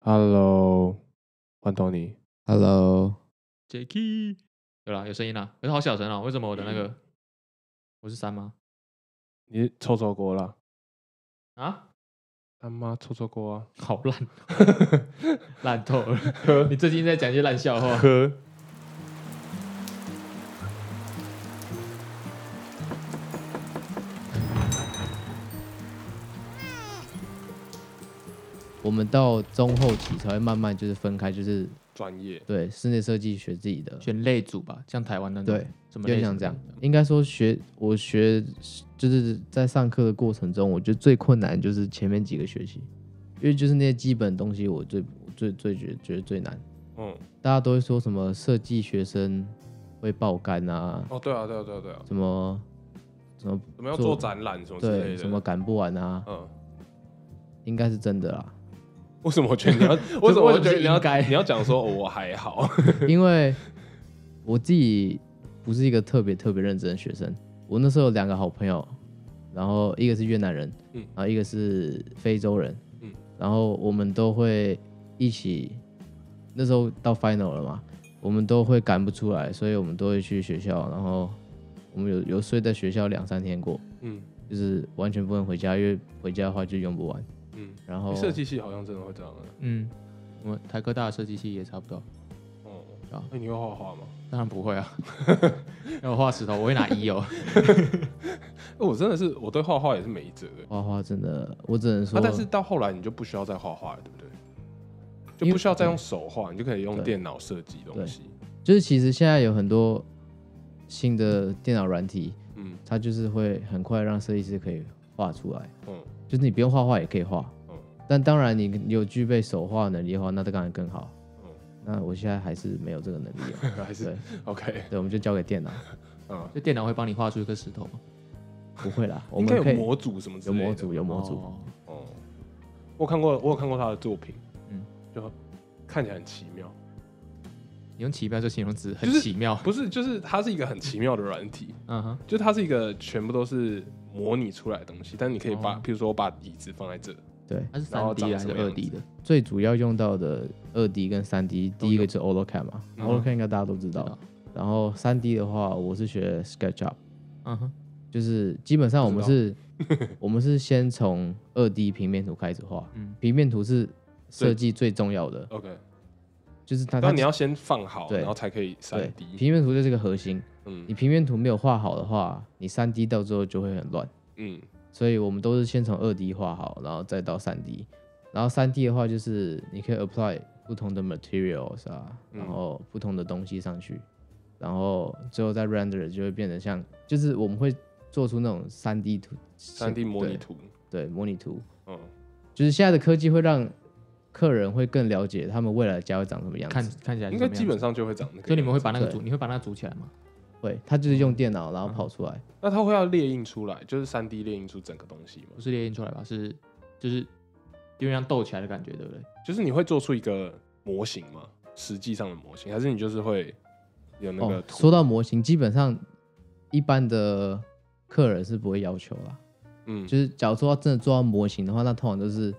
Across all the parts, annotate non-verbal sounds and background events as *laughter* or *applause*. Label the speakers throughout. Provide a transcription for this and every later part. Speaker 1: Hello，换到你。
Speaker 2: Hello，
Speaker 3: Jacky，有啦，有声音啦，可是好小声哦。为什么我的那个我是三吗？
Speaker 1: 你是臭臭锅啦？
Speaker 3: 啊，
Speaker 1: 他妈臭臭锅啊！
Speaker 3: *laughs* 好烂，哦 *laughs* 烂透 *laughs* 了。你最近在讲一些烂笑话。
Speaker 1: 呵，
Speaker 2: 我们到中后期才会慢慢就是分开，就是
Speaker 1: 专业
Speaker 2: 对室内设计学自己的，
Speaker 3: *laughs* 选类组吧，像台湾的那种
Speaker 2: 对，
Speaker 3: 什
Speaker 2: 有
Speaker 3: 么类
Speaker 2: 点
Speaker 3: 组
Speaker 2: 像这样。应该说学我学就是在上课的过程中，我觉得最困难就是前面几个学期，因为就是那些基本东西我最我最最觉觉得最难。
Speaker 1: 嗯，
Speaker 2: 大家都会说什么设计学生会爆肝啊，
Speaker 1: 哦，对啊，对啊，对啊，对啊，
Speaker 2: 什么什么
Speaker 1: 怎么要
Speaker 2: 做
Speaker 1: 做展览什么之类
Speaker 2: 对
Speaker 1: 的？
Speaker 2: 什么？赶不完啊，
Speaker 1: 嗯，
Speaker 2: 应该是真的啦。
Speaker 1: 为什么我觉得你要？
Speaker 2: *laughs*
Speaker 1: 为什么我觉得你要
Speaker 3: 应该
Speaker 1: 你要讲说哦我还好？ *laughs*
Speaker 2: 因为我自己不是一个特别特别认真的学生。我那时候有两个好朋友，然后一个是越南人，
Speaker 1: 嗯
Speaker 2: 然后一个是非洲人，
Speaker 1: 嗯
Speaker 2: 然后我们都会一起。那时候到 final 了嘛，我们都会赶不出来，所以我们都会去学校，然后我们有有睡在学校两三天过，
Speaker 1: 嗯
Speaker 2: 就是完全不能回家，因为回家的话就用不完。
Speaker 1: 嗯，
Speaker 2: 然后
Speaker 1: 设计系好像真的会这样啊。
Speaker 3: 嗯，我们台科大的设计系也差不多。
Speaker 1: 哦
Speaker 2: 啊
Speaker 3: 好，
Speaker 1: 那你会画画吗？
Speaker 3: 当然不会啊， *laughs* 要我画石头，我会拿一哦。
Speaker 1: 哎我真的是我对画画也是没辙的。
Speaker 2: 画画真的，我只能说，
Speaker 1: 啊，但是到后来你就不需要再画画了，对不对？就
Speaker 2: 因
Speaker 1: 不
Speaker 2: 为
Speaker 1: 需要再用手画，你就可以用
Speaker 2: 对
Speaker 1: 电脑设计东
Speaker 2: 对
Speaker 1: 西。
Speaker 2: 就是其实现在有很多新的电脑软体，
Speaker 1: 嗯
Speaker 2: 它就是会很快让设计师可以画出来，
Speaker 1: 嗯
Speaker 2: 就是你不用画画也可以画。
Speaker 1: 嗯
Speaker 2: 但当然，你有具备手画能力的话，那当然更好。
Speaker 1: 嗯
Speaker 2: 那我现在还是没有这个能力、啊，
Speaker 1: 还 *laughs* 是
Speaker 2: 对
Speaker 1: OK，
Speaker 2: 对，我们就交给电脑。
Speaker 1: 嗯，
Speaker 3: *laughs* 就电脑会帮你画出一颗石头吗？
Speaker 2: 不
Speaker 1: *laughs*
Speaker 2: 会啦，我
Speaker 1: 应该
Speaker 2: 们
Speaker 1: 有
Speaker 2: 可以
Speaker 1: 模组什么之
Speaker 2: 有
Speaker 1: 类的
Speaker 2: 模组，有模组。
Speaker 3: 哦
Speaker 1: 哦，我有看过，我有看过他的作品，嗯
Speaker 3: 嗯，
Speaker 1: 就看起来很奇妙，
Speaker 3: 你用奇妙这形容词很
Speaker 1: 就是
Speaker 3: 奇妙。
Speaker 1: 不是，就是它是一个很奇妙的软体，
Speaker 3: 嗯哼，
Speaker 1: 就它是一个全部都是模拟出来的东西，但你可以把，
Speaker 3: 哦
Speaker 1: 譬如说我把椅子放在这，
Speaker 2: 对，
Speaker 3: 它是
Speaker 1: 然后
Speaker 3: 三 D 的还
Speaker 1: 长什
Speaker 3: 是
Speaker 1: 么样
Speaker 3: 二
Speaker 1: 子
Speaker 3: D 的？
Speaker 2: 最主要用到的二 D 跟三 D，第一个就是 AutoCAD 嘛、
Speaker 1: 嗯
Speaker 2: a u t o c a d 应该大家都知
Speaker 3: 知
Speaker 2: 道。。然后三 D 的话，我是学 SketchUp。
Speaker 3: 嗯哼，
Speaker 2: 就是基本上我
Speaker 1: 不
Speaker 2: 们
Speaker 1: 知
Speaker 2: 是， *laughs* 我们是先从二 D 平面图开始画，
Speaker 3: 嗯
Speaker 2: 平面图是设计最重要的，
Speaker 1: ，OK，
Speaker 2: 就是它它
Speaker 1: 但你要先放好，
Speaker 2: 对
Speaker 1: 然后才可以三
Speaker 2: 对
Speaker 1: D，
Speaker 2: 平面图就是个核心，
Speaker 1: 嗯
Speaker 2: 你平面图没有画好的话，你三 D 到最后就会很乱，
Speaker 1: 嗯
Speaker 2: 所以我们都是先从二 D 画好，然后再到三 D，然后三 D 的话就是你可以 apply 不同的 materials 啊，
Speaker 1: 嗯
Speaker 2: 然后不同的东西上去，然后最后再 render 就会变得像，就是我们会做出那种三 D 图，
Speaker 1: 三 D 模拟
Speaker 2: 对
Speaker 1: 图，
Speaker 2: 对模拟图。
Speaker 1: 嗯，
Speaker 2: 就是现在的科技会让客人会更了解他们未来的家会长什么样
Speaker 3: 看
Speaker 2: 子。
Speaker 3: 看起来是
Speaker 1: 应该
Speaker 3: 怎么样
Speaker 1: 基本上就会长那个，
Speaker 3: 所以你们会，把那个
Speaker 2: 对
Speaker 3: 组，你会把那个组起来吗？
Speaker 2: 会，他就是用电脑然后跑出来，
Speaker 1: 那它会要列印出来，就是三 D 列印出整个东西嘛
Speaker 3: 不，是列印出来吧？是就是有点像斗起来的感觉，对不对？
Speaker 1: 就是你会做出一个模型吗？实际上的模型，还是你就是会有嗯那个
Speaker 2: 哦，
Speaker 1: 图？
Speaker 2: 说到模型，基本上一般的客人是不会要求啦。
Speaker 1: 嗯，
Speaker 2: 就是假如说要真的做到模型的话，那通常都是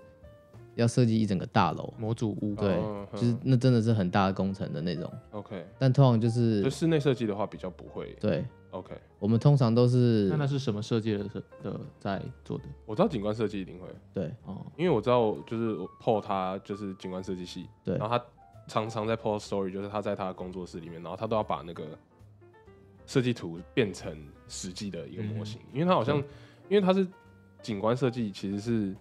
Speaker 2: 要设计一整个大楼，
Speaker 3: 模组屋
Speaker 2: 对
Speaker 1: 哦嗯
Speaker 2: 就是那真的是很大的工程的那种。
Speaker 1: OK，
Speaker 2: 但通常就是
Speaker 1: 就室内设计的话比较不会。
Speaker 2: 对，
Speaker 1: OK，
Speaker 2: 我们通常都是
Speaker 3: 那那是什么设计的设的在做的？
Speaker 1: 我知道景观设计一定会，
Speaker 2: 对
Speaker 3: 哦，
Speaker 1: 因为我知道就是我 PO 他就是景观设计系，
Speaker 2: 对
Speaker 1: 然后他常常在 PO story，就是他在他的工作室里面，然后他都要把那个设计图变成实际的一个模型，因为他好像因为他是景观设计，其实是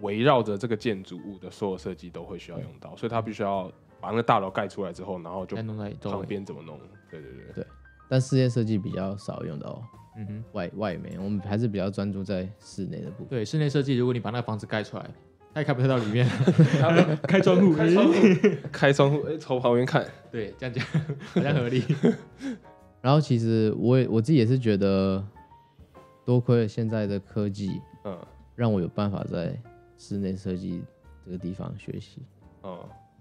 Speaker 1: 围绕着这个建筑物的所有设计都会需要用到，所以他必须要把那个大楼盖出来之后，然后就
Speaker 3: 再弄在周
Speaker 1: 旁
Speaker 3: 围。
Speaker 1: 边怎么弄，对对对，
Speaker 2: 但室内设计比较少用到
Speaker 3: 嗯哼，
Speaker 2: 外外面，我们还是比较专注在室内的部分。
Speaker 3: 对，室内设计，如果你把那个房子盖出来，它也看不太到里 *laughs* 面。
Speaker 1: 开窗户，开
Speaker 3: *laughs*
Speaker 1: 窗户，开窗户，哎，从旁边看，
Speaker 3: 对，这样讲好像合理。
Speaker 2: 然后其实我也我自己也是觉得，多亏了现在的科技，
Speaker 1: 嗯
Speaker 2: 让我有办法在室内设计这个地方学习。
Speaker 1: 嗯，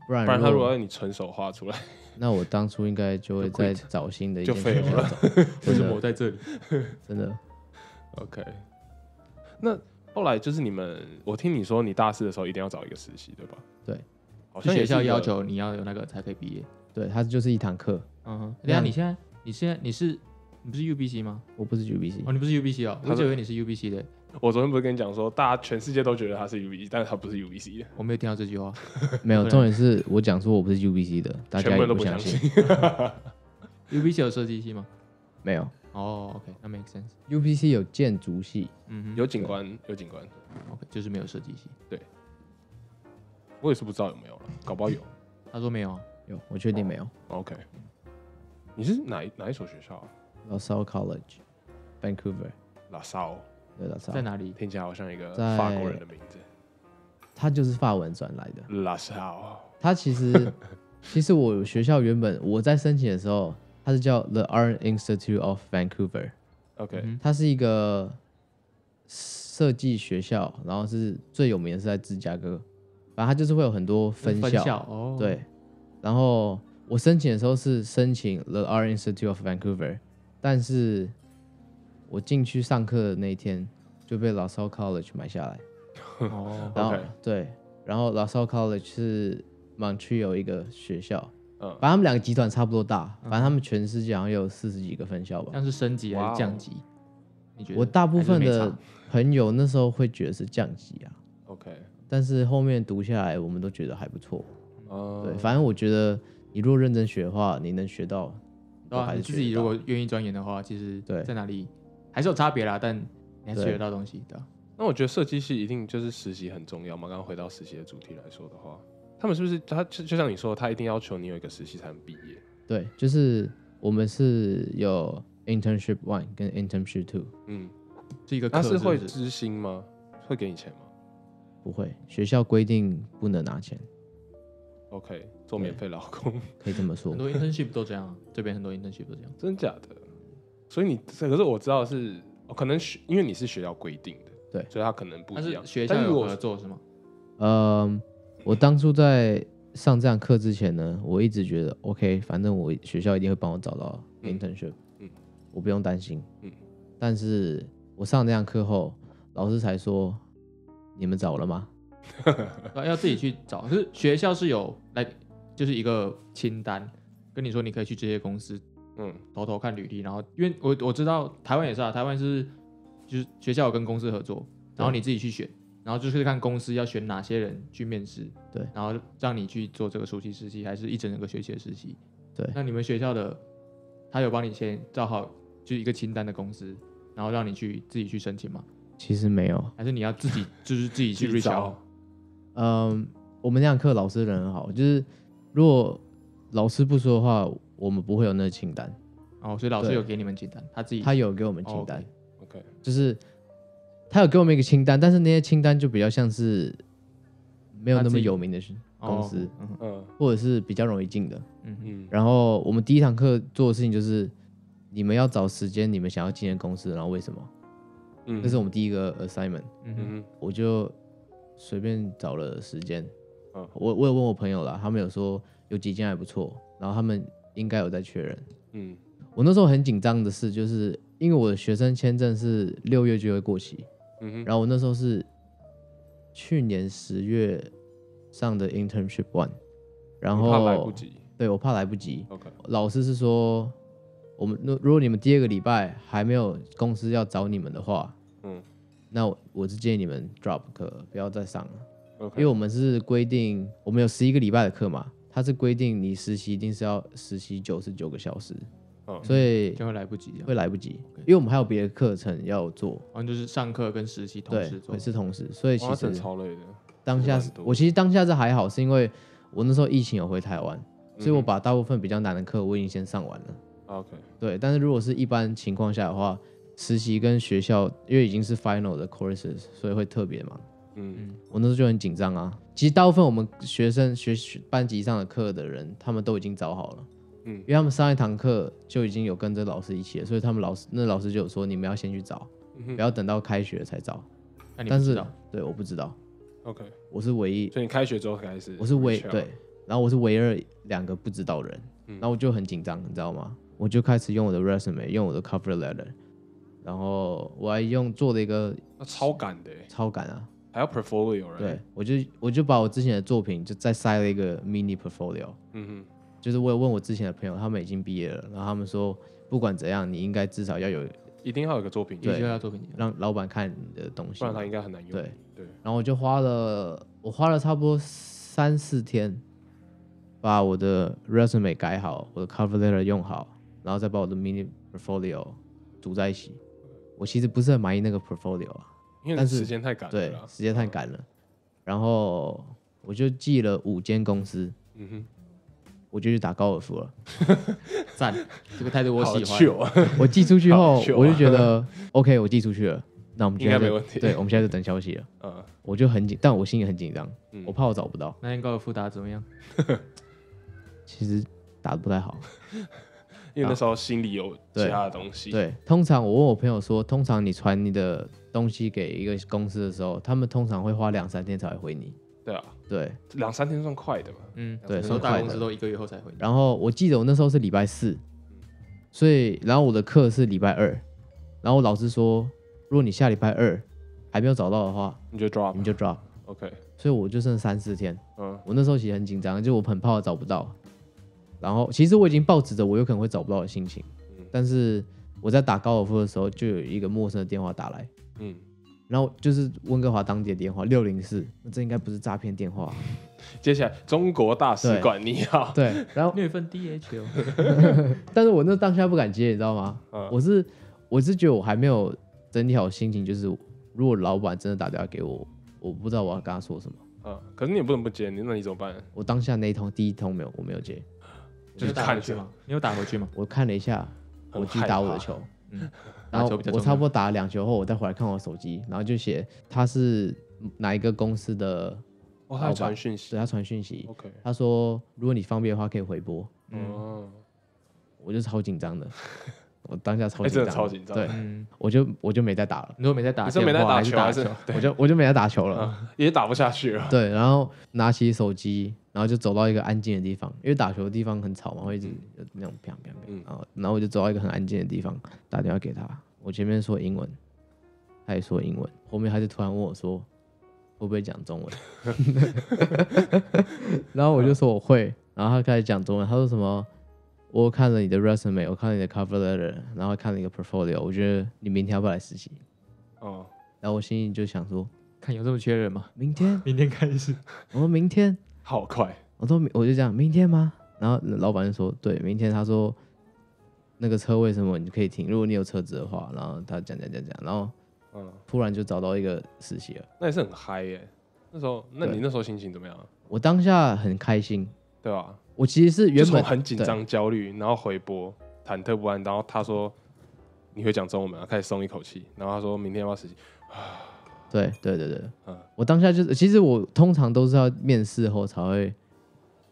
Speaker 2: 不然
Speaker 1: 不然他如果要你纯手画出来，
Speaker 2: 那我当初应该就会
Speaker 3: 就
Speaker 2: 再
Speaker 3: quit
Speaker 2: 找新的一
Speaker 1: 就
Speaker 2: 间
Speaker 1: 废
Speaker 2: 学校
Speaker 1: 了
Speaker 3: *laughs*
Speaker 2: 找。
Speaker 3: 为
Speaker 2: 真
Speaker 3: 什么我
Speaker 2: 的
Speaker 3: 在这里？
Speaker 2: 真的，
Speaker 1: OK，那后来就是你们，我听你说你大四的时候一定要找一个实习，对吧？
Speaker 2: 对。
Speaker 1: 好
Speaker 3: 是
Speaker 1: 像
Speaker 3: 学
Speaker 1: 也是
Speaker 3: 校
Speaker 1: 一个
Speaker 3: 要求你要有那个才可以毕业。
Speaker 2: 对，它就是一堂课。
Speaker 3: 嗯哼，
Speaker 2: 那
Speaker 3: 等一下你现在你现在你是你不是 UBC 吗？
Speaker 2: 我不是 UBC，
Speaker 3: 哦，你不是 UBC 哦，
Speaker 1: 他
Speaker 3: 我一直
Speaker 1: 是
Speaker 3: 以为你是 UBC 的，
Speaker 1: 我昨天不是跟你讲说，大家全世界都觉得他是 UBC，但是他不是 UBC 的，
Speaker 3: 我没有听到这句话。
Speaker 2: 没有。
Speaker 3: 对
Speaker 2: 重点是我讲说我不是 UBC 的，大
Speaker 1: 全
Speaker 2: 家
Speaker 1: 部
Speaker 2: 也
Speaker 1: 人都相
Speaker 2: 相信。。
Speaker 3: UBC 有设计系吗？
Speaker 2: 没有
Speaker 3: 哦，OK，那 make sense。
Speaker 2: ，UBC 有建筑系，
Speaker 3: 嗯哼，
Speaker 1: *laughs* 有警官，有警官，
Speaker 3: OK，就是没有设计系。
Speaker 1: 我也是不知道有没有了，搞不好有。
Speaker 3: 他说没有啊，
Speaker 2: 有我确定没有。
Speaker 1: OK，你是哪一哪一所学校、啊？
Speaker 2: La Salle College Vancouver
Speaker 1: 拉萨哦，
Speaker 2: 对 La Salle，
Speaker 3: 在哪里？
Speaker 1: 听起来好像一个
Speaker 2: 在
Speaker 1: 法国人的名字。
Speaker 2: 它就是法文转来的。
Speaker 1: 拉萨哦，
Speaker 2: 它其实其实我学校原本我在申请的时候，它是叫 The Art Institute of Vancouver，
Speaker 1: OK，、
Speaker 3: 嗯
Speaker 2: 它是一个设计学校，然后是最有名的是在芝加哥，反正它就是会有很多分校。
Speaker 3: 哦，，
Speaker 2: 对，然后我申请的时候是申请 The Art Institute of Vancouver，但是我进去上课的那一天就被 La Salle College 买下来。
Speaker 3: 哦，
Speaker 2: 然后
Speaker 1: OK
Speaker 2: 对，然后 La Salle College 是 Montreal 一个学校，
Speaker 1: 嗯
Speaker 2: 反正他们两个集团差不多大，反正他
Speaker 3: 嗯
Speaker 2: 们全世界好像有四十几个分校吧。
Speaker 3: 像是升级还
Speaker 1: 哇哦
Speaker 3: 是降级？你觉得？
Speaker 2: 我大部分
Speaker 3: 还是没
Speaker 2: 的
Speaker 3: 差
Speaker 2: 朋友那时候会觉得是降级啊，
Speaker 1: OK，
Speaker 2: 但是后面读下来，我们都觉得还不错。
Speaker 3: 哦
Speaker 1: 呃，
Speaker 2: 对，反正我觉得你如果认真学的话，你能学到，
Speaker 3: 对啊，
Speaker 2: 还
Speaker 3: 你自
Speaker 2: 是学得
Speaker 3: 己如
Speaker 2: 到
Speaker 3: 果愿意钻研的话，其实
Speaker 2: 对
Speaker 3: 在哪里还是有差别啦，但你还是
Speaker 2: 对
Speaker 3: 学得到东西啊的。
Speaker 1: 那我觉得设计系一定就是实习很重要嘛。刚刚回到实习的主题来说的话，他们是不是他就就像你说，他一定要求你有一个实习才能毕业？
Speaker 2: 对，就是我们是有 internship one 跟 internship two，
Speaker 1: 嗯，
Speaker 3: 是一个
Speaker 1: 那
Speaker 3: 课
Speaker 1: 是
Speaker 3: 不
Speaker 1: 会
Speaker 3: 是
Speaker 1: 知心吗？会给你钱吗
Speaker 2: 不会，学校规定不能拿钱，
Speaker 1: ？OK，做免费劳工，
Speaker 2: 可以这么说
Speaker 3: 很。多 internship 都这样啊，这边很多 internship 都这样。
Speaker 1: 真假的？所以你可是我知道是，哦可能学因为你是学校规定的，
Speaker 2: 对
Speaker 1: 所以他可能不
Speaker 3: 但
Speaker 1: 一样
Speaker 3: 是。学校
Speaker 1: 但是如
Speaker 3: 有
Speaker 1: 果
Speaker 3: 合作是
Speaker 1: *laughs*
Speaker 3: 吗？
Speaker 2: 嗯，我当初在上这堂课之前呢，我一直觉得 OK，反正我学校一定会帮我找到
Speaker 1: 嗯
Speaker 2: internship，
Speaker 1: 嗯
Speaker 2: 我不用担心，
Speaker 1: 嗯
Speaker 2: 但是我上这堂课后，老师才说你们找了吗？
Speaker 3: 啊要要自己去找，可是学校是有来，就是一个清单，跟你说你可以去这些公司
Speaker 1: 嗯
Speaker 3: 偷偷看履历，然后因为我我知道台湾也是啊，台湾是就是学校有跟公司合作，然后你自己去选，然后就是看公司要选哪些人去面试，
Speaker 2: 对，
Speaker 3: 然后让你去做这个暑期实习，还是一整个学期的实习。
Speaker 2: 对
Speaker 3: 那你们学校的他有帮你先找好就是一个清单的公司，然后让你去自己去申请吗？
Speaker 2: 其实没有，
Speaker 3: 还是你要自己就是自
Speaker 2: *laughs*
Speaker 3: 己去
Speaker 1: 自己
Speaker 3: reach
Speaker 1: 找
Speaker 3: out？
Speaker 2: 嗯，我们那堂课老师人很好，就是如果老师不说的话，我们不会有那个清单，
Speaker 3: 哦，所以老师
Speaker 2: 对
Speaker 3: 有给你们清单，他自己
Speaker 2: 他有给我们清
Speaker 3: 哦
Speaker 2: 单，
Speaker 1: 嗯
Speaker 3: ，OK
Speaker 1: ，OK，
Speaker 2: 就是他有给我们一个清单，但是那些清单就比较像是没有那么有名的公司，
Speaker 3: 哦嗯哼
Speaker 1: 嗯
Speaker 2: 或者是比较容易进的。
Speaker 3: 嗯哼
Speaker 1: 嗯，
Speaker 2: 然后我们第一堂课做的事情就是，你们要找时间，你们想要进的公司，然后为什么？
Speaker 1: 嗯
Speaker 2: 这是我们第一个 assignment，
Speaker 3: 嗯哼，
Speaker 1: 嗯
Speaker 2: 我就随便找了时间
Speaker 1: 嗯。
Speaker 2: 我我有问我朋友啦，他们有说有几间还不错，然后他们应该有在确认。
Speaker 1: 嗯
Speaker 2: 我那时候很紧张的是，就是因为我的学生签证是六月就会过期，
Speaker 1: 嗯
Speaker 2: 然后我那时候是去年十月上的 internship one，然
Speaker 1: 哼，
Speaker 2: 后
Speaker 1: 你怕来不及
Speaker 2: 对我怕来不及，
Speaker 1: ，OK，
Speaker 2: 老师是说我们如如果你们第二个礼拜还没有公司要找你们的话，
Speaker 1: 嗯
Speaker 2: 那我我是建议你们 drop 课，不要再上了，因为
Speaker 1: ，OK，
Speaker 2: 我们是规定我们有十一个礼拜的课嘛，他是规定你实习一定是要实习九十九个小时，
Speaker 1: 嗯
Speaker 2: 所以
Speaker 3: 就会来不及了。
Speaker 2: 会来不及，因为我们还有别的课程要做，
Speaker 3: 然后就是上课跟实习同
Speaker 2: 对
Speaker 3: 时，做
Speaker 2: 会，是同时，所以其
Speaker 1: 哇，真
Speaker 2: 实
Speaker 1: 的超累的，
Speaker 2: 当
Speaker 1: 是
Speaker 2: 下
Speaker 1: 蛮
Speaker 2: 是
Speaker 1: 多
Speaker 2: 我其实当下是还好，是因为我那时候疫情有回台湾，所以我
Speaker 1: 嗯
Speaker 2: 把大部分比较难的课我已经先上完了。
Speaker 1: OK，嗯
Speaker 2: 对，但是如果是一般情况下的话，实习跟学校因为已经是 final 的 courses，所以会特别忙。
Speaker 1: 嗯
Speaker 2: 我那时候就很紧张啊。其实大部分我们学生学学班级上的课的人，他们都已经找好了，
Speaker 1: 嗯
Speaker 2: 因为他们上一堂课就已经有跟着老师一起了，所以他们老师那老师就有说你们要先去找，
Speaker 1: 嗯
Speaker 2: 不要等到开学才找。
Speaker 3: 那你不
Speaker 2: 但
Speaker 3: 知
Speaker 2: 是
Speaker 3: 道，
Speaker 2: 对，我不知道，
Speaker 1: ，OK，
Speaker 2: 我是唯一
Speaker 1: 所以你开学之后开始，
Speaker 2: 我是唯对，，然后我是唯二两个不知道的人，
Speaker 1: 啊嗯
Speaker 2: 然后我就很紧张，你知道吗？我就开始用我的 resume，用我的 cover letter，然后我还用做了一个
Speaker 1: 那超赶的欸，
Speaker 2: 超感啊，
Speaker 1: 还要 portfolio 人，
Speaker 2: 对，我就我就把我之前的作品就再塞了一个 mini portfolio，
Speaker 1: 嗯
Speaker 2: 就是我有问我之前的朋友，他们已经毕业了，然后他们说不管怎样，你应该至少要有
Speaker 1: 哼，一定要有个作品集，
Speaker 3: 必须要作品集。
Speaker 2: 让老板看你的东西
Speaker 1: 不。然它应该很难用。
Speaker 2: 对
Speaker 1: 对，
Speaker 2: 然后我就花了我花了差不多三四天，把我的 resume 改好，我的 cover letter 用好，然后再把我的 mini portfolio 组在一起。我其实不是很满意那个 portfolio 啊，
Speaker 1: 因为
Speaker 2: 但是
Speaker 1: 时间太赶了
Speaker 2: 对
Speaker 1: 啦，，
Speaker 2: 时间太赶了。然后我就寄了五间公司，
Speaker 1: 嗯哼，
Speaker 2: 我就去打高尔夫了。
Speaker 3: 赞，这个态度我喜
Speaker 1: 好
Speaker 3: 欢。
Speaker 1: 糗啊，
Speaker 2: 我寄出去后
Speaker 1: *laughs* 好，糗啊
Speaker 2: 我就觉得 OK，我寄出去了，那我们现在
Speaker 1: 应该没
Speaker 2: 就
Speaker 1: 问题
Speaker 2: 对，我们现在就等消息了。
Speaker 1: 嗯
Speaker 2: 我就很紧，但我心里很紧张，
Speaker 1: 嗯
Speaker 2: 我怕我找不到。
Speaker 3: 那天高尔夫打得怎么样？
Speaker 2: 其实打的不太好。
Speaker 1: 因为那时候心里有其他的东西，，
Speaker 2: 啊对，通常我问我朋友说，通常你传你的东西给一个公司的时候，他们通常会花两三天才会回你。
Speaker 1: 对啊，
Speaker 2: 对，
Speaker 1: 两三天算快的嘛，
Speaker 3: 嗯，很
Speaker 2: 对
Speaker 3: 多
Speaker 2: 算
Speaker 3: 大
Speaker 2: 快
Speaker 3: 公
Speaker 2: 的
Speaker 3: 司都一个月后才回你。
Speaker 2: 然后我记得我那时候是礼拜四，所以然后我的课是礼拜二，然后我老师说，如果你下礼拜二还没有找到的话，
Speaker 1: 你就 drop
Speaker 2: 你就 drop。
Speaker 1: OK，
Speaker 2: 所以我就剩三四天，
Speaker 1: 嗯
Speaker 2: 我那时候其实很紧张，就我很怕我找不到。然后其实我已经抱持着我有可能会找不到的心情，
Speaker 1: 嗯
Speaker 2: 但是我在打高尔夫的时候，就有一个陌生的电话打来，
Speaker 1: 嗯，
Speaker 2: 然后就是温哥华当地的电话六零四，那这应该不是诈骗电话，
Speaker 1: 接下来中国大使馆你好，
Speaker 2: 对。然后，
Speaker 3: 虐份 DHL，
Speaker 2: 但是我那当下不敢接，你知道吗？
Speaker 1: 嗯
Speaker 2: 我是我是觉得我还没有整理好心情，就是如果老板真的打电话给我，我不知道我要跟他说什么。
Speaker 1: 嗯，可是你也不能不接，你那你怎么办？
Speaker 2: 我当下那一通第一通没有，我没有接，
Speaker 1: *laughs* 就是
Speaker 3: 你有打
Speaker 1: 看
Speaker 3: 回
Speaker 1: 着
Speaker 3: 去吗？你有打回去吗？
Speaker 2: 我看了一下，
Speaker 1: 很
Speaker 2: 我去
Speaker 1: 害
Speaker 2: 打
Speaker 1: 怕
Speaker 2: 我的球，
Speaker 3: 嗯，
Speaker 2: 然
Speaker 3: 打球
Speaker 2: 后
Speaker 3: 比较
Speaker 2: 我
Speaker 3: 重
Speaker 2: 差
Speaker 3: 要
Speaker 2: 不多打了两球后，我再回来看我手机，然后就写他是哪一个公司的，
Speaker 1: 哦，他还传讯息
Speaker 2: 对他传讯息，
Speaker 1: ，OK，
Speaker 2: 他说如果你方便的话可以回拨，
Speaker 3: 嗯
Speaker 1: 哦，
Speaker 2: 我就超紧张的，我当下超
Speaker 1: 哎
Speaker 2: 紧
Speaker 1: 真
Speaker 2: 张的，
Speaker 1: 的超紧张
Speaker 2: 对，
Speaker 3: 嗯，
Speaker 2: 我就我就没再打了，
Speaker 3: 你说没在打
Speaker 1: 你
Speaker 3: 电
Speaker 1: 是
Speaker 3: 话，
Speaker 1: 没在打
Speaker 3: 还是
Speaker 1: 球还是
Speaker 3: 打
Speaker 2: 我就我就没再打球了，
Speaker 1: 嗯也打不下去了，
Speaker 2: 对，然后拿起手机，然后就走到一个安静的地方，因为打球的地方很吵嘛，会一直有那种砰砰
Speaker 1: 嗯
Speaker 2: 砰，然后然后我就走到一个很安静的地方，打电话给他，我前面说英文，他也说英文，后面他就突然问我说会不会讲中文， *laughs* 然后我就说我会，然后他开始讲中文，他说什么？我看了你的 resume，我看了你的 cover letter，然后看了一个 portfolio，我觉得你明天要不要来实习？
Speaker 1: 哦，
Speaker 2: 然后我心里就想说，
Speaker 3: *laughs* 看有这么缺人吗？
Speaker 2: 明天，
Speaker 3: 明天开始，
Speaker 2: 我们明天
Speaker 1: 好快，
Speaker 2: 我都没我就讲明天吗？然后老板就说对，明天他说那个车为什么你可以停？如果你有车子的话，然后他讲讲讲讲，然后
Speaker 1: 嗯，
Speaker 2: 突然就找到一个实习了。
Speaker 1: 那也是很嗨耶，那时候，那你
Speaker 2: 对
Speaker 1: 那时候心情怎么样？
Speaker 2: 我当下很开心，
Speaker 1: 对吧？
Speaker 2: 我其实是
Speaker 1: 就
Speaker 2: 原
Speaker 1: 从
Speaker 2: 本
Speaker 1: 很紧
Speaker 2: 对
Speaker 1: 张、焦虑，然后回拨忐忑不安，然后他说你会讲中文吗？开始松一口气，然后他说明天要不要实习？
Speaker 2: 对对对对，
Speaker 1: 嗯
Speaker 2: 我当下就是其实我通常都是要面试后才会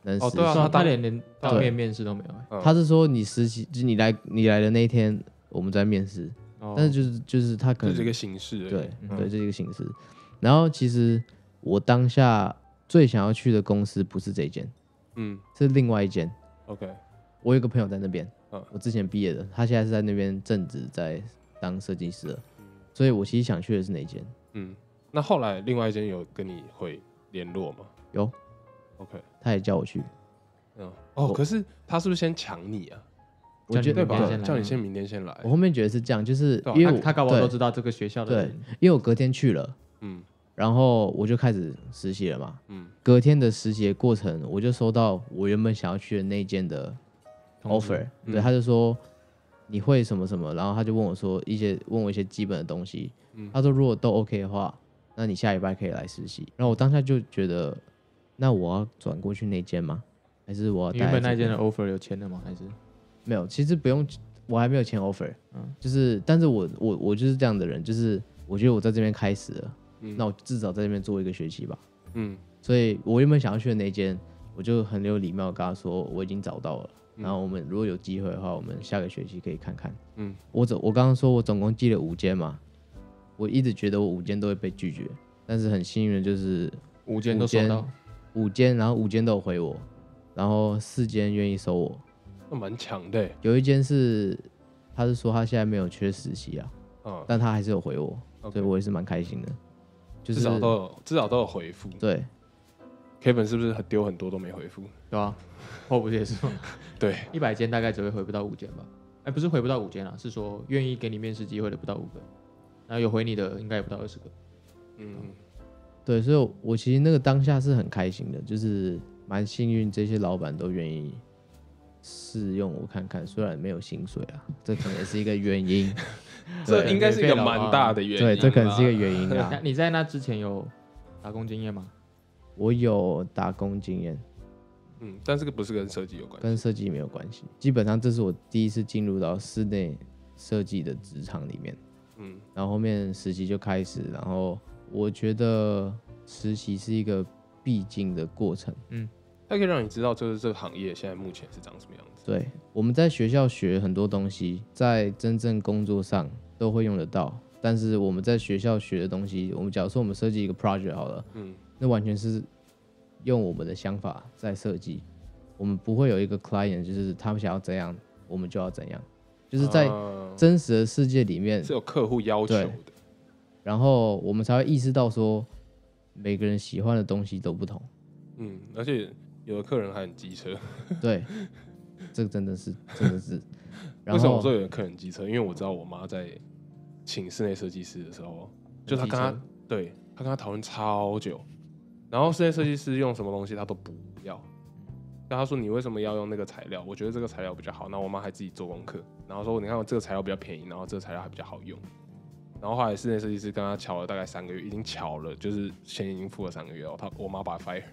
Speaker 2: 能实
Speaker 1: 哦
Speaker 2: 习。
Speaker 1: 对啊
Speaker 3: 说
Speaker 1: 他
Speaker 3: 他连连当
Speaker 2: 对
Speaker 3: 面面试都没有欸。
Speaker 1: 嗯
Speaker 2: 他是说你实习，就你来你来的那一天我们在面试，
Speaker 1: 哦
Speaker 2: 但是就是就是他可
Speaker 1: 这
Speaker 2: 能
Speaker 1: 是一个形式而已，
Speaker 2: 对
Speaker 1: 嗯
Speaker 2: 对，这是一个形式。然后其实我当下最想要去的公司不是这间，
Speaker 1: 嗯
Speaker 2: 是另外一间。
Speaker 1: ，OK，
Speaker 2: 我有一个朋友在那边
Speaker 1: 嗯，
Speaker 2: 我之前毕业的，他现在是在那边正职在当设计师了。所以我其实想去的是哪间？
Speaker 1: 嗯，那后来另外一间有跟你会联络吗
Speaker 2: 有，
Speaker 1: ？OK，
Speaker 2: 他也叫我去。
Speaker 1: 嗯，哦，
Speaker 2: 我
Speaker 1: 可是他是不是先抢你啊？
Speaker 2: 我觉
Speaker 1: 对
Speaker 2: 得
Speaker 1: 吧
Speaker 3: 叫你明天先来？
Speaker 1: 叫你先明天先来，
Speaker 2: 我后面觉得是这样，就是
Speaker 1: 对啊
Speaker 2: 因
Speaker 3: 他
Speaker 2: 为我
Speaker 3: 他搞不好都
Speaker 2: 对
Speaker 3: 知道这个学校的
Speaker 2: 对
Speaker 3: 人，
Speaker 2: 因为我隔天去了，
Speaker 1: 嗯
Speaker 2: 然后我就开始实习了嘛。
Speaker 1: 嗯
Speaker 2: 隔天的实习的过程，我就收到我原本想要去的那间的
Speaker 3: 通知
Speaker 2: offer，、
Speaker 1: 嗯
Speaker 2: 对，他就说你会什么什么，然后他就问我说一些问我一些基本的东西，
Speaker 1: 嗯
Speaker 2: 他说如果都 OK 的话，那你下礼拜可以来实习。然后我当下就觉得，那我要转过去那间吗？还是我要
Speaker 3: 你
Speaker 2: 待
Speaker 3: 原本
Speaker 2: 在
Speaker 3: 那
Speaker 2: 这
Speaker 3: 间
Speaker 2: 边
Speaker 3: 的 offer 有签了吗？还是
Speaker 2: 没有，其实不用，我还没有签 offer，
Speaker 3: 嗯
Speaker 2: 就是，但是我我我就是这样的人，就是我觉得我在这边开始了，
Speaker 1: 嗯
Speaker 2: 那我至少在这边做一个学期吧。
Speaker 1: 嗯
Speaker 2: 所以我原本想要去的那间，我就很有礼貌地跟他说我已经找到了，
Speaker 1: 嗯
Speaker 2: 然后我们如果有机会的话，我们下个学期可以看看。
Speaker 1: 嗯，
Speaker 2: 我总我刚刚说我总共寄了五间嘛，我一直觉得我五间都会被拒绝，但是很幸运的就是
Speaker 3: 五间都
Speaker 2: 五
Speaker 3: 收
Speaker 2: 间
Speaker 3: 到？
Speaker 2: 五间，然后五间都有回我，然后四间愿意收我，
Speaker 1: 那蛮强的耶，
Speaker 2: 有一间是他是说他现在没有缺实习啊，
Speaker 1: 嗯
Speaker 2: 但他还是有回我，
Speaker 1: ，OK，
Speaker 2: 所以我也是蛮开心的。就
Speaker 1: 至
Speaker 2: 是
Speaker 1: 少都有至少都有回复。
Speaker 2: 对
Speaker 1: Kevin 是不是很丢很多都没回复？
Speaker 3: 对吧、啊？后不是也是吗？
Speaker 1: *laughs* 对，
Speaker 3: 一百间大概只会回不到五间吧？哎、不是回不到五间啊，是说愿意给你面试机会的不到五个，然后有回你的应该也不到二十个。
Speaker 1: 嗯，
Speaker 2: 对，所以我其实那个当下是很开心的，就是蛮幸运，这些老板都愿意试用我看看，虽然没有薪水啊，这可能也是一个原因。
Speaker 1: 这应该是一个蛮大 *laughs* 的原因啦。
Speaker 2: 对，这可能是一个原因
Speaker 3: 那
Speaker 1: *laughs*
Speaker 2: 啊。
Speaker 3: 你在那之前有打工经验吗？
Speaker 2: 我有打工经验，
Speaker 1: 嗯，但这个不是跟设计有关。
Speaker 2: 跟设计没有关系。基本上这是我第一次进入到室内设计的职场里面，
Speaker 1: 嗯
Speaker 2: 然后后面实习就开始，然后我觉得实习是一个必经的过程。
Speaker 1: 它可以让你知道，就是这个行业现在目前是长什么样子。
Speaker 2: 对，我们在学校学很多东西，在真正工作上都会用得到。但是我们在学校学的东西，我们假如说我们设计一个 project 好了，
Speaker 1: 嗯，
Speaker 2: 那完全是用我们的想法在设计，我们不会有一个 client 就是他们想要怎样，我们就要怎样，就是在
Speaker 1: 啊
Speaker 2: 真实的世界里面，
Speaker 1: 是有客户要求
Speaker 2: 对
Speaker 1: 的。
Speaker 2: 然后我们才会意识到说每个人喜欢的东西都不同。
Speaker 1: 嗯，而且有的客人还很机车。 *laughs*
Speaker 2: 对，这个真的是真的是。然
Speaker 1: 为什么
Speaker 2: 后
Speaker 1: 我说有人客人机车？因为我知道我妈在请室内设计师的时候，就她
Speaker 3: 很
Speaker 1: 跟
Speaker 3: 机
Speaker 1: 她
Speaker 3: 车
Speaker 1: 对她跟她讨论超久，然后室内设计师用什么东西她都不要，但她说你为什么要用那个材料？我觉得这个材料比较好。然后我妈还自己做功课，然后说你看我这个材料比较便宜，然后这个材料还比较好用。然后后来室内设计师跟她瞧了大概三个月，已经瞧了，就是钱已经付了三个月哦。她我妈把 fire，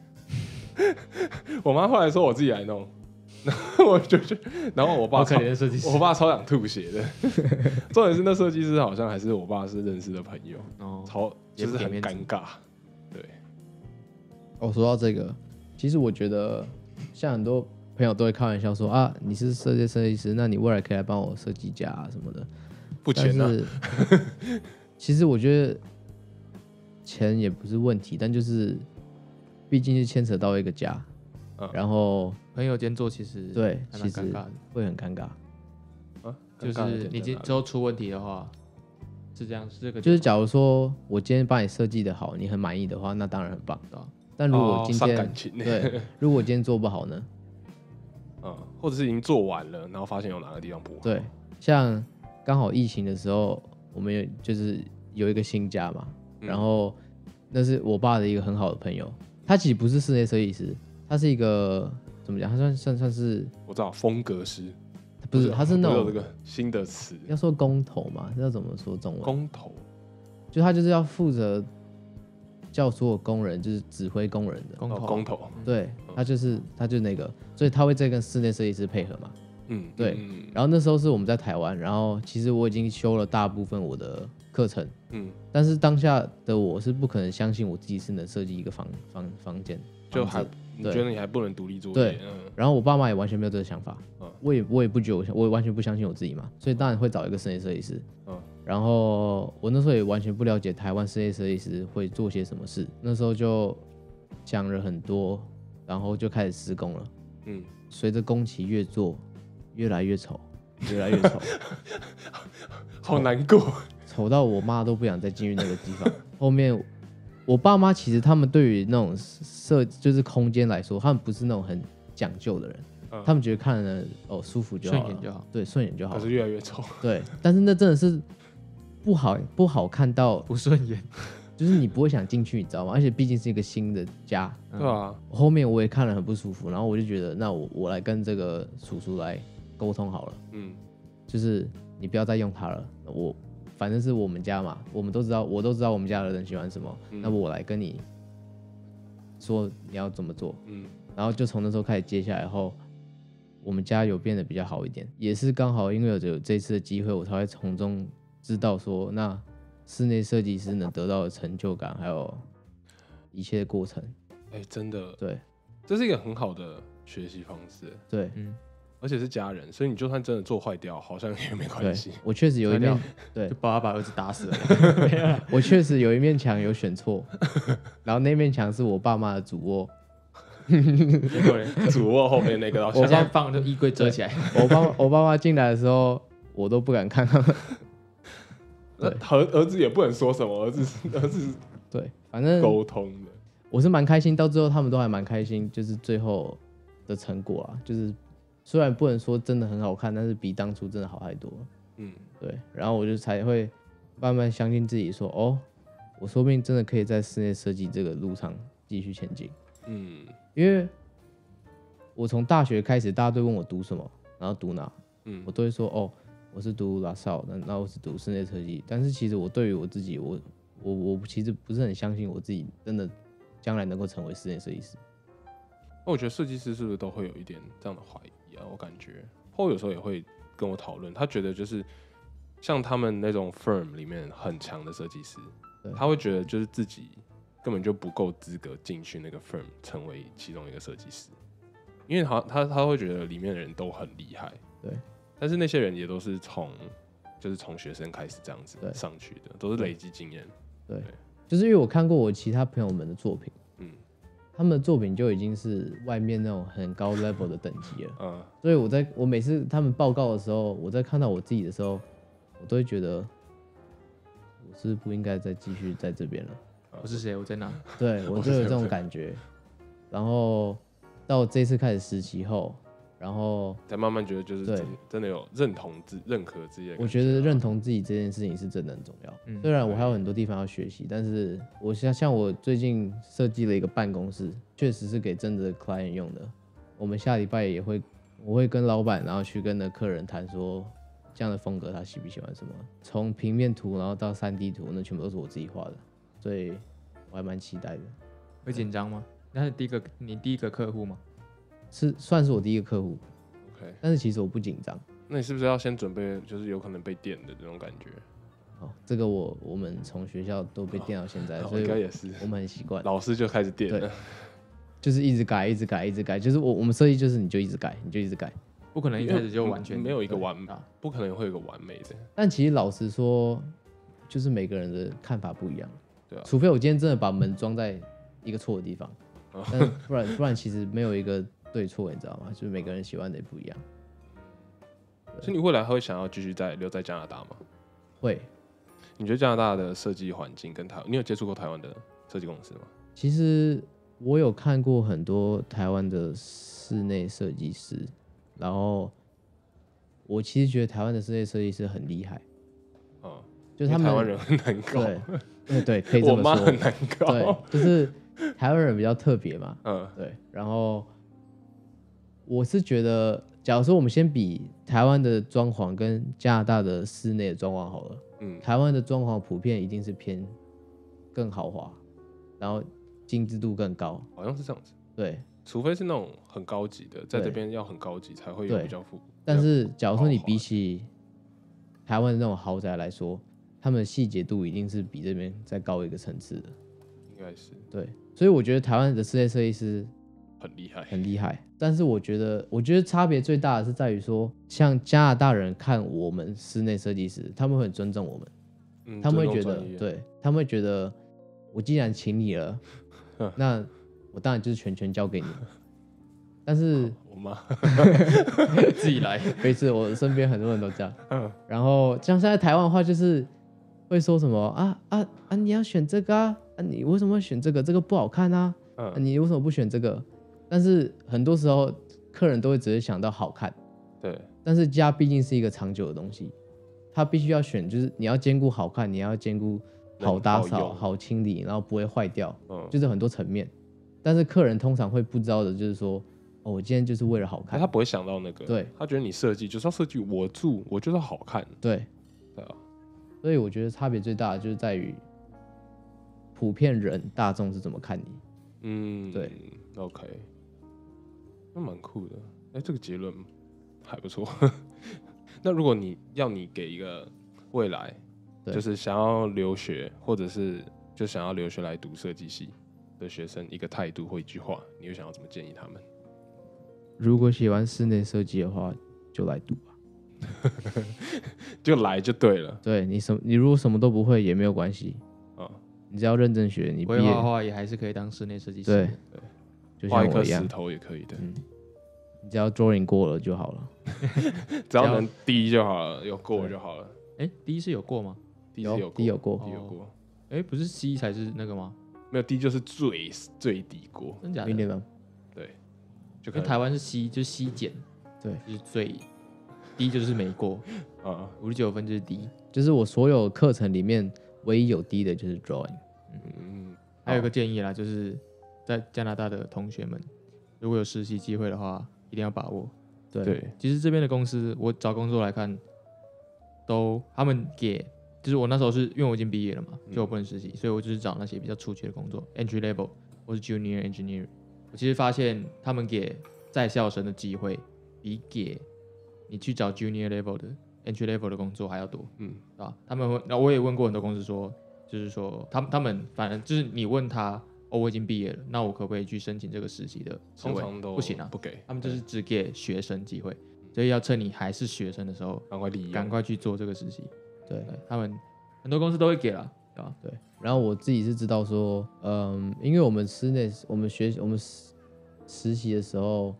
Speaker 1: 我妈后来说我自己来弄，然后我就觉得， *laughs* 然后我爸
Speaker 3: 好可
Speaker 1: 超
Speaker 3: 怜的设计师
Speaker 1: 我爸超想吐血的。 *laughs* 重点是那设计师好像还是我爸是认识的朋友，
Speaker 3: 哦，
Speaker 1: 超
Speaker 3: 也
Speaker 1: 就
Speaker 3: 不
Speaker 1: 是
Speaker 3: 给
Speaker 1: 很
Speaker 3: 面子
Speaker 1: 尴尬。对，
Speaker 2: 我哦说到这个，其实我觉得像很多朋友都会开玩笑说啊，你是设计设计师，那你未来可以来帮我设计家、啊、什么的。
Speaker 1: 付
Speaker 2: 但
Speaker 1: 钱啊呢、
Speaker 2: 是
Speaker 1: *laughs*
Speaker 2: 其实我觉得钱也不是问题，但就是毕竟是牵扯到一个家，
Speaker 1: 嗯
Speaker 2: 然后
Speaker 3: 朋友间做其实
Speaker 2: 对，
Speaker 3: 还
Speaker 2: 其
Speaker 3: 蛮
Speaker 2: 实
Speaker 3: 尴尬的，
Speaker 2: 会很尴尬。
Speaker 1: 啊，
Speaker 3: 就
Speaker 1: 尴尬的
Speaker 3: 是
Speaker 1: 点
Speaker 3: 你
Speaker 1: 在
Speaker 3: 今
Speaker 1: 哪里
Speaker 3: 之后出问题的话，是这样，是这个
Speaker 2: 就是
Speaker 3: 讲
Speaker 2: 假如说我今天帮你设计的好，你很满意的话，那当然很棒。但如果
Speaker 1: 哦
Speaker 2: 我今
Speaker 1: 伤
Speaker 2: 天、
Speaker 1: 感情呢，欸 *laughs*
Speaker 2: 对，如果我今天做不好呢？
Speaker 1: 嗯，或者是已经做完了，然后发现有哪个地方不好，
Speaker 2: 对，像刚好疫情的时候，我们有就是有一个新家嘛，
Speaker 1: 嗯
Speaker 2: 然后那是我爸的一个很好的朋友，他其实不是室内设计师，他是一个怎么讲？他算算算是
Speaker 1: 我知道风格师
Speaker 2: 不是？他是那
Speaker 1: 我有这
Speaker 2: 种嗯
Speaker 1: 个新啊的词，
Speaker 2: 要说工头嘛，要怎么说中文？
Speaker 1: 工头，
Speaker 2: 就他就是要负责叫所有工人，就是指挥工人的。
Speaker 3: 工
Speaker 1: 哦
Speaker 3: 头
Speaker 1: 工头，
Speaker 2: 对，他就是他就那个，所以他会再跟室内设计师配合嘛。
Speaker 1: 嗯，
Speaker 2: 对
Speaker 1: 嗯
Speaker 2: 然后那时候是我们在台湾，然后其实我已经修了大部分我的课程。
Speaker 1: 嗯，
Speaker 2: 但是当下的我是不可能相信我自己是能设计一个房房房间，
Speaker 1: 就
Speaker 2: 房
Speaker 1: 还
Speaker 2: 子
Speaker 1: 你
Speaker 2: 对
Speaker 1: 觉得你还不能独立作业
Speaker 2: 对，
Speaker 1: 嗯，
Speaker 2: 然后我爸妈也完全没有这个想法，
Speaker 1: 嗯
Speaker 2: 我也我也不觉得我相我也完全不相信我自己嘛，所以当然会找一个室内设计师，
Speaker 1: 嗯
Speaker 2: 然后我那时候也完全不了解台湾室内设计师会做些什么事，那时候就想了很多，然后就开始施工了，
Speaker 1: 嗯，
Speaker 2: 随着工期越做越来越丑，越来越丑，
Speaker 1: 好难过，
Speaker 2: 丑到我妈都不想再进入那个地方。后面我爸妈其实他们对于那种设就是空间来说，他们不是那种很讲究的人，
Speaker 1: 嗯
Speaker 2: 他们觉得看了哦舒服就
Speaker 3: 顺
Speaker 2: 好
Speaker 3: 眼就
Speaker 2: 了，
Speaker 3: 好。
Speaker 2: 对，顺眼就好
Speaker 1: 可
Speaker 2: 了
Speaker 1: 是。越来越丑，
Speaker 2: 对，但是那真的是不好不好看到，
Speaker 3: 不顺眼，
Speaker 2: 就是你不会想进去，你知道吗？而且毕竟是一个新的家。
Speaker 1: 对啊吧？
Speaker 2: 后面我也看了很不舒服，然后我就觉得，那我我来跟这个叔叔来沟通好了。
Speaker 1: 嗯，
Speaker 2: 就是你不要再用它了。我反正是我们家嘛，我们都知道，我都知道我们家的人喜欢什么。
Speaker 1: 嗯
Speaker 2: 那我来跟你说你要怎么做，
Speaker 1: 嗯，
Speaker 2: 然后就从那时候开始，接下来后，我们家有变得比较好一点，也是刚好因为有有这次的机会，我才会从中知道说，那室内设计师能得到的成就感，还有一切的过程。
Speaker 1: 哎，真的，
Speaker 2: 对
Speaker 1: 这是一个很好的学习方式，
Speaker 2: 对
Speaker 3: 嗯，
Speaker 1: 而且是家人，所以你就算真的做坏掉，好像也没
Speaker 2: 对
Speaker 1: 关系。，
Speaker 2: 我确实有一面
Speaker 3: 材，
Speaker 2: 对
Speaker 3: 嗯就把他把儿子打死了。
Speaker 2: 我确实有一面墙有选错，然后那面墙是我爸妈的主卧，
Speaker 3: 结果嘞
Speaker 1: 主卧后面那个到
Speaker 3: 我现
Speaker 1: 现
Speaker 3: 在
Speaker 1: 在，
Speaker 3: 放就衣柜遮起来，
Speaker 2: 我爸我爸妈进来的时候，我都不敢看他们。 *laughs*
Speaker 1: 那儿儿子也不能说什么，儿子儿子
Speaker 2: 对，反
Speaker 3: 嗯
Speaker 2: 正
Speaker 1: 沟通的，
Speaker 2: 我是蛮开心，到最后他们都还蛮开心，就是最后的成果啊，就是虽然不能说真的很好看，但是比当初真的好太多了。
Speaker 1: 嗯，
Speaker 2: 对，然后我就才会慢慢相信自己说，哦，我说不定真的可以在室内设计这个路上继续前进，
Speaker 1: 嗯
Speaker 2: 因为我从大学开始，大家都问我读什么，然后读哪，
Speaker 1: 嗯
Speaker 2: 我都会说，哦，我是读拉少的，那我是读室内设计，但是其实我对于我自己，我我我其实不是很相信我自己真的将来能够成为室内设计师。
Speaker 1: 那我觉得设计师是不是都会有一点这样的怀疑啊？我感觉 Paul 有时候也会跟我讨论，他觉得就是像他们那种 firm 里面很强的设计师
Speaker 2: 对，
Speaker 1: 他会觉得就是自己根本就不够资格进去那个 firm 成为其中一个设计师，因为他他他会觉得里面的人都很厉害，
Speaker 2: 对，
Speaker 1: 但是那些人也都是从就是从学生开始这样子
Speaker 2: 对
Speaker 1: 上去的，都是累积经验，
Speaker 2: 就是因为我看过我其他朋友们的作品，
Speaker 1: 嗯
Speaker 2: 他们的作品就已经是外面那种很高 level 的等级了。
Speaker 1: 嗯
Speaker 2: 所以我在我每次他们报告的时候，我在看到我自己的时候，我都会觉得我是不应该再继续在这边了。
Speaker 3: 我是谁？我在哪？
Speaker 2: 哦对我
Speaker 1: 我
Speaker 2: 就有
Speaker 1: 是
Speaker 2: 这
Speaker 1: 这样
Speaker 2: 种感觉。然后到这次开始实习后，然后
Speaker 1: 才慢慢觉得就是
Speaker 2: 对
Speaker 1: 真真的有认同自认可自己的感啊，
Speaker 2: 我觉得认同自己这件事情是真的很重要。
Speaker 3: 嗯
Speaker 2: 虽然我还有很多地方要学习，但是我像像我最近设计了一个办公室，确实是给真的 client 用的。我们下礼拜也会，我会跟老板，然后去跟那客人谈说这样的风格他喜不喜欢什么，从平面图然后到3 D 图，那全部都是我自己画的，所以我还蛮期待的。
Speaker 3: 会紧张吗？那是第一个你第一个客户吗？
Speaker 2: 是算是我第一个客户，
Speaker 1: OK。
Speaker 2: 但是其实我不紧张。
Speaker 1: 那你是不是要先准备，就是有可能被电的这种感觉？
Speaker 2: 哦，这个我我们从学校都被电到现在，
Speaker 1: 我
Speaker 2: 所
Speaker 1: 应
Speaker 2: 以
Speaker 1: 该也是，
Speaker 2: 我们很习惯。
Speaker 1: 老师就开始电了。
Speaker 2: 就是一直改，一直改，一直改。就是我我们设计就是你就一直改，你就一直改。
Speaker 3: 不可能一开始就完全
Speaker 1: 因为没有一个
Speaker 3: 对
Speaker 1: 完
Speaker 3: 啊
Speaker 1: 不可能会有个完美的，
Speaker 2: 但其实老实说，就是每个人的看法不一样。
Speaker 1: 对啊
Speaker 2: 除非我今天真的把门装在一个错的地方，
Speaker 1: 哦
Speaker 2: 但不然不然其实没有一个对错，你知道吗？就是每个人喜欢的也不一样。
Speaker 1: 所以你未来还会想要继续在留在加拿大吗？
Speaker 2: 会，
Speaker 1: 你觉得加拿大的设计环境跟台，你有接触过台湾的设计公司吗？
Speaker 2: 其实我有看过很多台湾的室内设计师，然后我其实觉得台湾的室内设计师很厉害，
Speaker 1: 嗯，
Speaker 2: 就是他
Speaker 1: 因
Speaker 2: 们
Speaker 1: 为台湾人很难 *laughs* 搞，
Speaker 2: 对对可以这
Speaker 1: 我
Speaker 2: 么
Speaker 1: 妈
Speaker 2: 说，
Speaker 1: 很难搞。
Speaker 2: 对，就是台湾人比较特别嘛，
Speaker 1: *laughs* 嗯
Speaker 2: 对。然后我是觉得，假如说我们先比台湾的装潢跟加拿大的室内的装潢好了，
Speaker 1: 嗯
Speaker 2: 台湾的装潢普遍一定是偏更豪华，然后精致度更高，
Speaker 1: 好像是这样子，
Speaker 2: 对。
Speaker 1: 除非是那种很高级的，在这
Speaker 2: 对
Speaker 1: 边要很高级才会有
Speaker 2: 对
Speaker 1: 比较富。
Speaker 2: 但是假如说你
Speaker 1: 豪华
Speaker 2: 比起台湾的那种豪宅来说，他们的细节度一定是比这边再高一个层次的，
Speaker 1: 应该是
Speaker 2: 对。所以我觉得台湾的室内设计师
Speaker 1: 很厉害。
Speaker 2: 很厉害。但是我觉得，我觉得差别最大的是在于说，像加拿大人看我们室内设计师，他们会很尊重我们，
Speaker 1: 嗯
Speaker 2: 他们会
Speaker 1: 尊
Speaker 2: 觉
Speaker 1: 重
Speaker 2: 得
Speaker 1: 专业，
Speaker 2: 对，他们会觉得我既然请你
Speaker 1: *laughs*
Speaker 2: 了
Speaker 1: 嗯，
Speaker 2: 那我当然就是全权交给你。但是
Speaker 1: 我
Speaker 2: *laughs*
Speaker 1: 妈，
Speaker 3: 自己来，
Speaker 2: 每次我身边很多人都这样，
Speaker 1: 嗯
Speaker 2: 然后像现在台湾的话，就是会说什么啊啊啊，你要选这个啊，啊你为什么会选这个？这个不好看啊，啊
Speaker 1: *laughs* 嗯，
Speaker 2: 你为什么不选这个？但是很多时候客人都会只是想到好看。
Speaker 1: 对，
Speaker 2: 但是家毕竟是一个长久的东西，它必须要选，就是你要兼顾好看，你要兼顾好打
Speaker 1: 能好
Speaker 2: 扫、
Speaker 1: 用
Speaker 2: 好清理，然后不会坏掉，
Speaker 1: 嗯，
Speaker 2: 就是很多层面。但是客人通常会不知道的，就是说，哦，我今天就是为了好
Speaker 1: 可
Speaker 2: 看
Speaker 1: 他，不会想到那个，
Speaker 2: 对，
Speaker 1: 他觉得你设计就是要设计我住，我就是好看，
Speaker 2: 对，
Speaker 1: 对啊，
Speaker 2: 所以我觉得差别最大的就是在于，普遍人大众是怎么看你。
Speaker 1: 嗯，
Speaker 2: 对
Speaker 1: ，OK，那蛮酷的，哎、这个结论还不错。 *laughs* 那如果你要你给一个未来，
Speaker 2: 对
Speaker 1: 就是想要留学，或者是就想要留学来读设计系的学生一个态度或一句话，你又想要怎么建议他们？
Speaker 2: 如果喜欢室内设计的话，就来读啊吧。
Speaker 1: 就来就对了
Speaker 2: 对你什么，你如果什么都不会也没有关系，
Speaker 1: 啊，
Speaker 2: 你只要认真学，你毕
Speaker 3: 不会画
Speaker 2: 业
Speaker 3: 画也还是可以当室内设计师。
Speaker 2: 对，就
Speaker 1: 画
Speaker 2: 像
Speaker 1: 一颗
Speaker 2: 我一样嗯
Speaker 1: 石，头也可以的，
Speaker 2: 你只要 drawing 过了就好了。
Speaker 1: 只要
Speaker 3: 只要
Speaker 1: 能低就好了，有过就好了。
Speaker 3: 哎，第一次有过吗？
Speaker 1: 第一
Speaker 2: 有
Speaker 1: 次有
Speaker 2: 第一
Speaker 1: 过，
Speaker 2: 有过哦
Speaker 1: 第一有过，
Speaker 3: 哎，不是 C 才是那个吗？
Speaker 1: 没有低就是最最低过，
Speaker 3: 真假的？因
Speaker 2: minimum
Speaker 1: 对，就可
Speaker 3: 为
Speaker 1: 能
Speaker 3: 台湾是 C，就是 C 减，
Speaker 2: 对，
Speaker 3: 就是最低就是没
Speaker 1: *laughs*
Speaker 3: 过，
Speaker 1: 啊，
Speaker 3: 五十九分就是 D。
Speaker 2: 就是我所有课程里面唯一有低的就是 drawing。
Speaker 1: 嗯，
Speaker 3: 还有一个建议啦，就是在加拿大的同学们，如果有实习机会的话，一定要把握。
Speaker 2: 对，
Speaker 1: 对，
Speaker 3: 其实这边的公司，我找工作来看，都他们给，就是我那时候是因为我已经毕业了嘛，
Speaker 1: 嗯
Speaker 3: 就我不能实习，所以我就是找那些比较初级的工作，entry level 或是 junior engineer。我其实发现他们给在校生的机会，比给你去找 junior level 的 entry level 的工作还要多。
Speaker 1: 嗯，
Speaker 3: 对吧？他们会，那我也问过很多公司说，就是说他们他们反正就是你问他，哦，我已经毕业了，那我可不可以去申请这个实习的职
Speaker 1: 通
Speaker 3: 位？
Speaker 1: 常都
Speaker 3: 不行啊，
Speaker 1: 不给
Speaker 3: 他们就是只给学生机会，所以要趁你还是学生的时候，
Speaker 1: 赶快利
Speaker 3: 赶
Speaker 1: 用，
Speaker 3: 快去做这个实习。
Speaker 2: 对
Speaker 3: 对他们嗯很多公司都会给了，对吧？
Speaker 2: 对，然后我自己是知道说，嗯，因为我们室内我们学我们实实习的时候，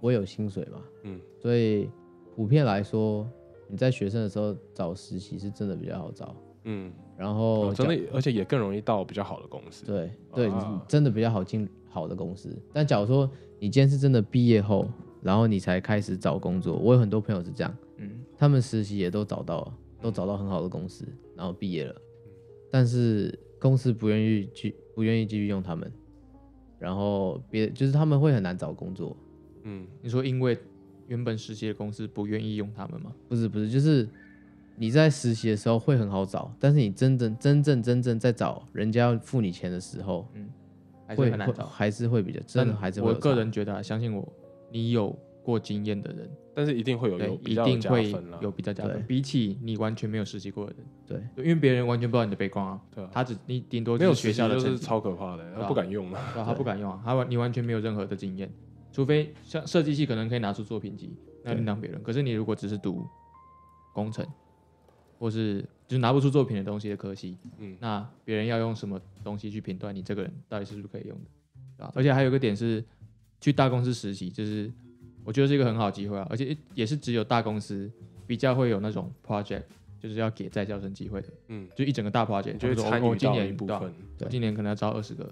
Speaker 2: 我有薪水嘛，
Speaker 1: 嗯，
Speaker 2: 所以普遍来说，你在学生的时候找实习是真的比较好找，
Speaker 1: 嗯，
Speaker 2: 然后、
Speaker 1: 哦真的，而且也更容易到比较好的公司，
Speaker 2: 对对，你
Speaker 1: 啊
Speaker 2: 真的比较好进好的公司。但假如说你今天是真的毕业后，然后你才开始找工作，我有很多朋友是这样，
Speaker 3: 嗯，
Speaker 2: 他们实习也都找到了，都找到很好的公司，然后毕业了，但是公司不愿意去，不愿意继续用他们，然后别就是他们会很难找工作，
Speaker 1: 嗯，
Speaker 3: 你说因为原本实习的公司不愿意用他们吗？
Speaker 2: 不是不是，就是你在实习的时候会很好找，但是你真正真正真正在找人家要付你钱的时候，
Speaker 3: 还是
Speaker 2: 会
Speaker 3: 很难
Speaker 2: 会
Speaker 3: 找？
Speaker 2: 还是会比较真的
Speaker 3: 但
Speaker 2: 还是会
Speaker 3: 我
Speaker 2: 有差
Speaker 3: 个人觉得、啊，相信我，你有过经验的人，
Speaker 1: 但是一定会有
Speaker 3: 对
Speaker 1: 有，比
Speaker 3: 一
Speaker 1: 较有
Speaker 3: 定
Speaker 1: 加
Speaker 3: 会
Speaker 1: 分啦，
Speaker 3: 有比较加
Speaker 2: 对
Speaker 3: 分，比起你完全没有实习过的人。
Speaker 2: 对。
Speaker 3: 对因为别人完全不知道你的背光啊，
Speaker 1: 对啊，
Speaker 3: 他只你顶多
Speaker 1: 没
Speaker 3: 就
Speaker 1: 有
Speaker 3: 是学
Speaker 1: 实习
Speaker 3: 校的
Speaker 1: 就
Speaker 3: 成
Speaker 1: 是
Speaker 3: 绩，
Speaker 1: 超可怕的，
Speaker 3: 对
Speaker 1: 他
Speaker 3: 啊
Speaker 1: 不敢用啊，
Speaker 3: 对啊他不敢用啊，他完你完全没有任何的经验，除非像设计系可能可以拿出作品集，那
Speaker 2: 对
Speaker 3: 另当别论。可是你如果只是读工程，或是就是拿不出作品的东西的科系，
Speaker 1: 嗯
Speaker 3: 那别人要用什么东西去评断你这个人到底是不是可以用的，对吧？而且还有一个点是，去大公司实习，就是我觉得是一个很好的机会啊，而且也是只有大公司比较会有那种 project，就是要给在校生机会的，
Speaker 1: 嗯，
Speaker 3: 就一整个大 project，
Speaker 1: 你就会
Speaker 3: 他们说
Speaker 1: 参
Speaker 3: 哦我
Speaker 1: 与
Speaker 3: 今
Speaker 1: 到
Speaker 3: 年
Speaker 1: 一部
Speaker 3: 对啊
Speaker 1: 分，
Speaker 2: 对
Speaker 3: 今年可能要招二十个，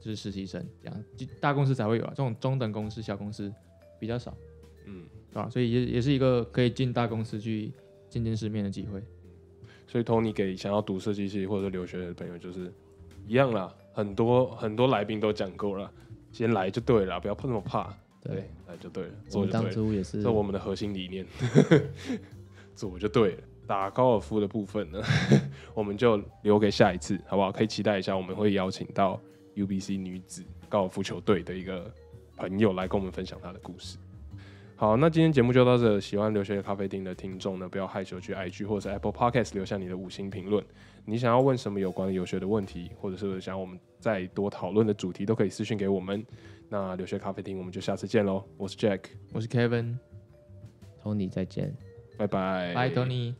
Speaker 3: 就是实习生这样，就大公司才会有啊，这种中等公司、小公司比较少，
Speaker 1: 嗯，
Speaker 3: 对吧、所以也也是一个可以进大公司去见见世面的机会。
Speaker 1: 所以 Tony 给想要读设计系或者是留学的朋友就是一样啦，很多很多来宾都讲过了，先来就对了，不要那么怕，
Speaker 2: 对，
Speaker 1: 对，来就对了，
Speaker 2: 我
Speaker 1: 做
Speaker 2: 们
Speaker 1: 就
Speaker 2: 当
Speaker 1: 对了，
Speaker 2: 初也是
Speaker 1: 这我们的核心理念， *laughs* 做就对了。打高尔夫的部分呢， *laughs* 我们就留给下一次，好不好？可以期待一下，我们会邀请到 UBC 女子高尔夫球队的一个朋友来跟我们分享她的故事。好，那今天节目就到这。喜欢留学咖啡厅的听众呢，不要害羞去 IG 或者是 Apple Podcast 留下你的五星评论。你想要问什么有关留学的问题，或者是想要我们再多讨论的主题，都可以私讯给我们。那留学咖啡厅，我们就下次见喽。我是 Jack，
Speaker 3: 我是 Kevin，
Speaker 2: Tony 再见。
Speaker 1: 拜拜，
Speaker 3: 拜 Tony。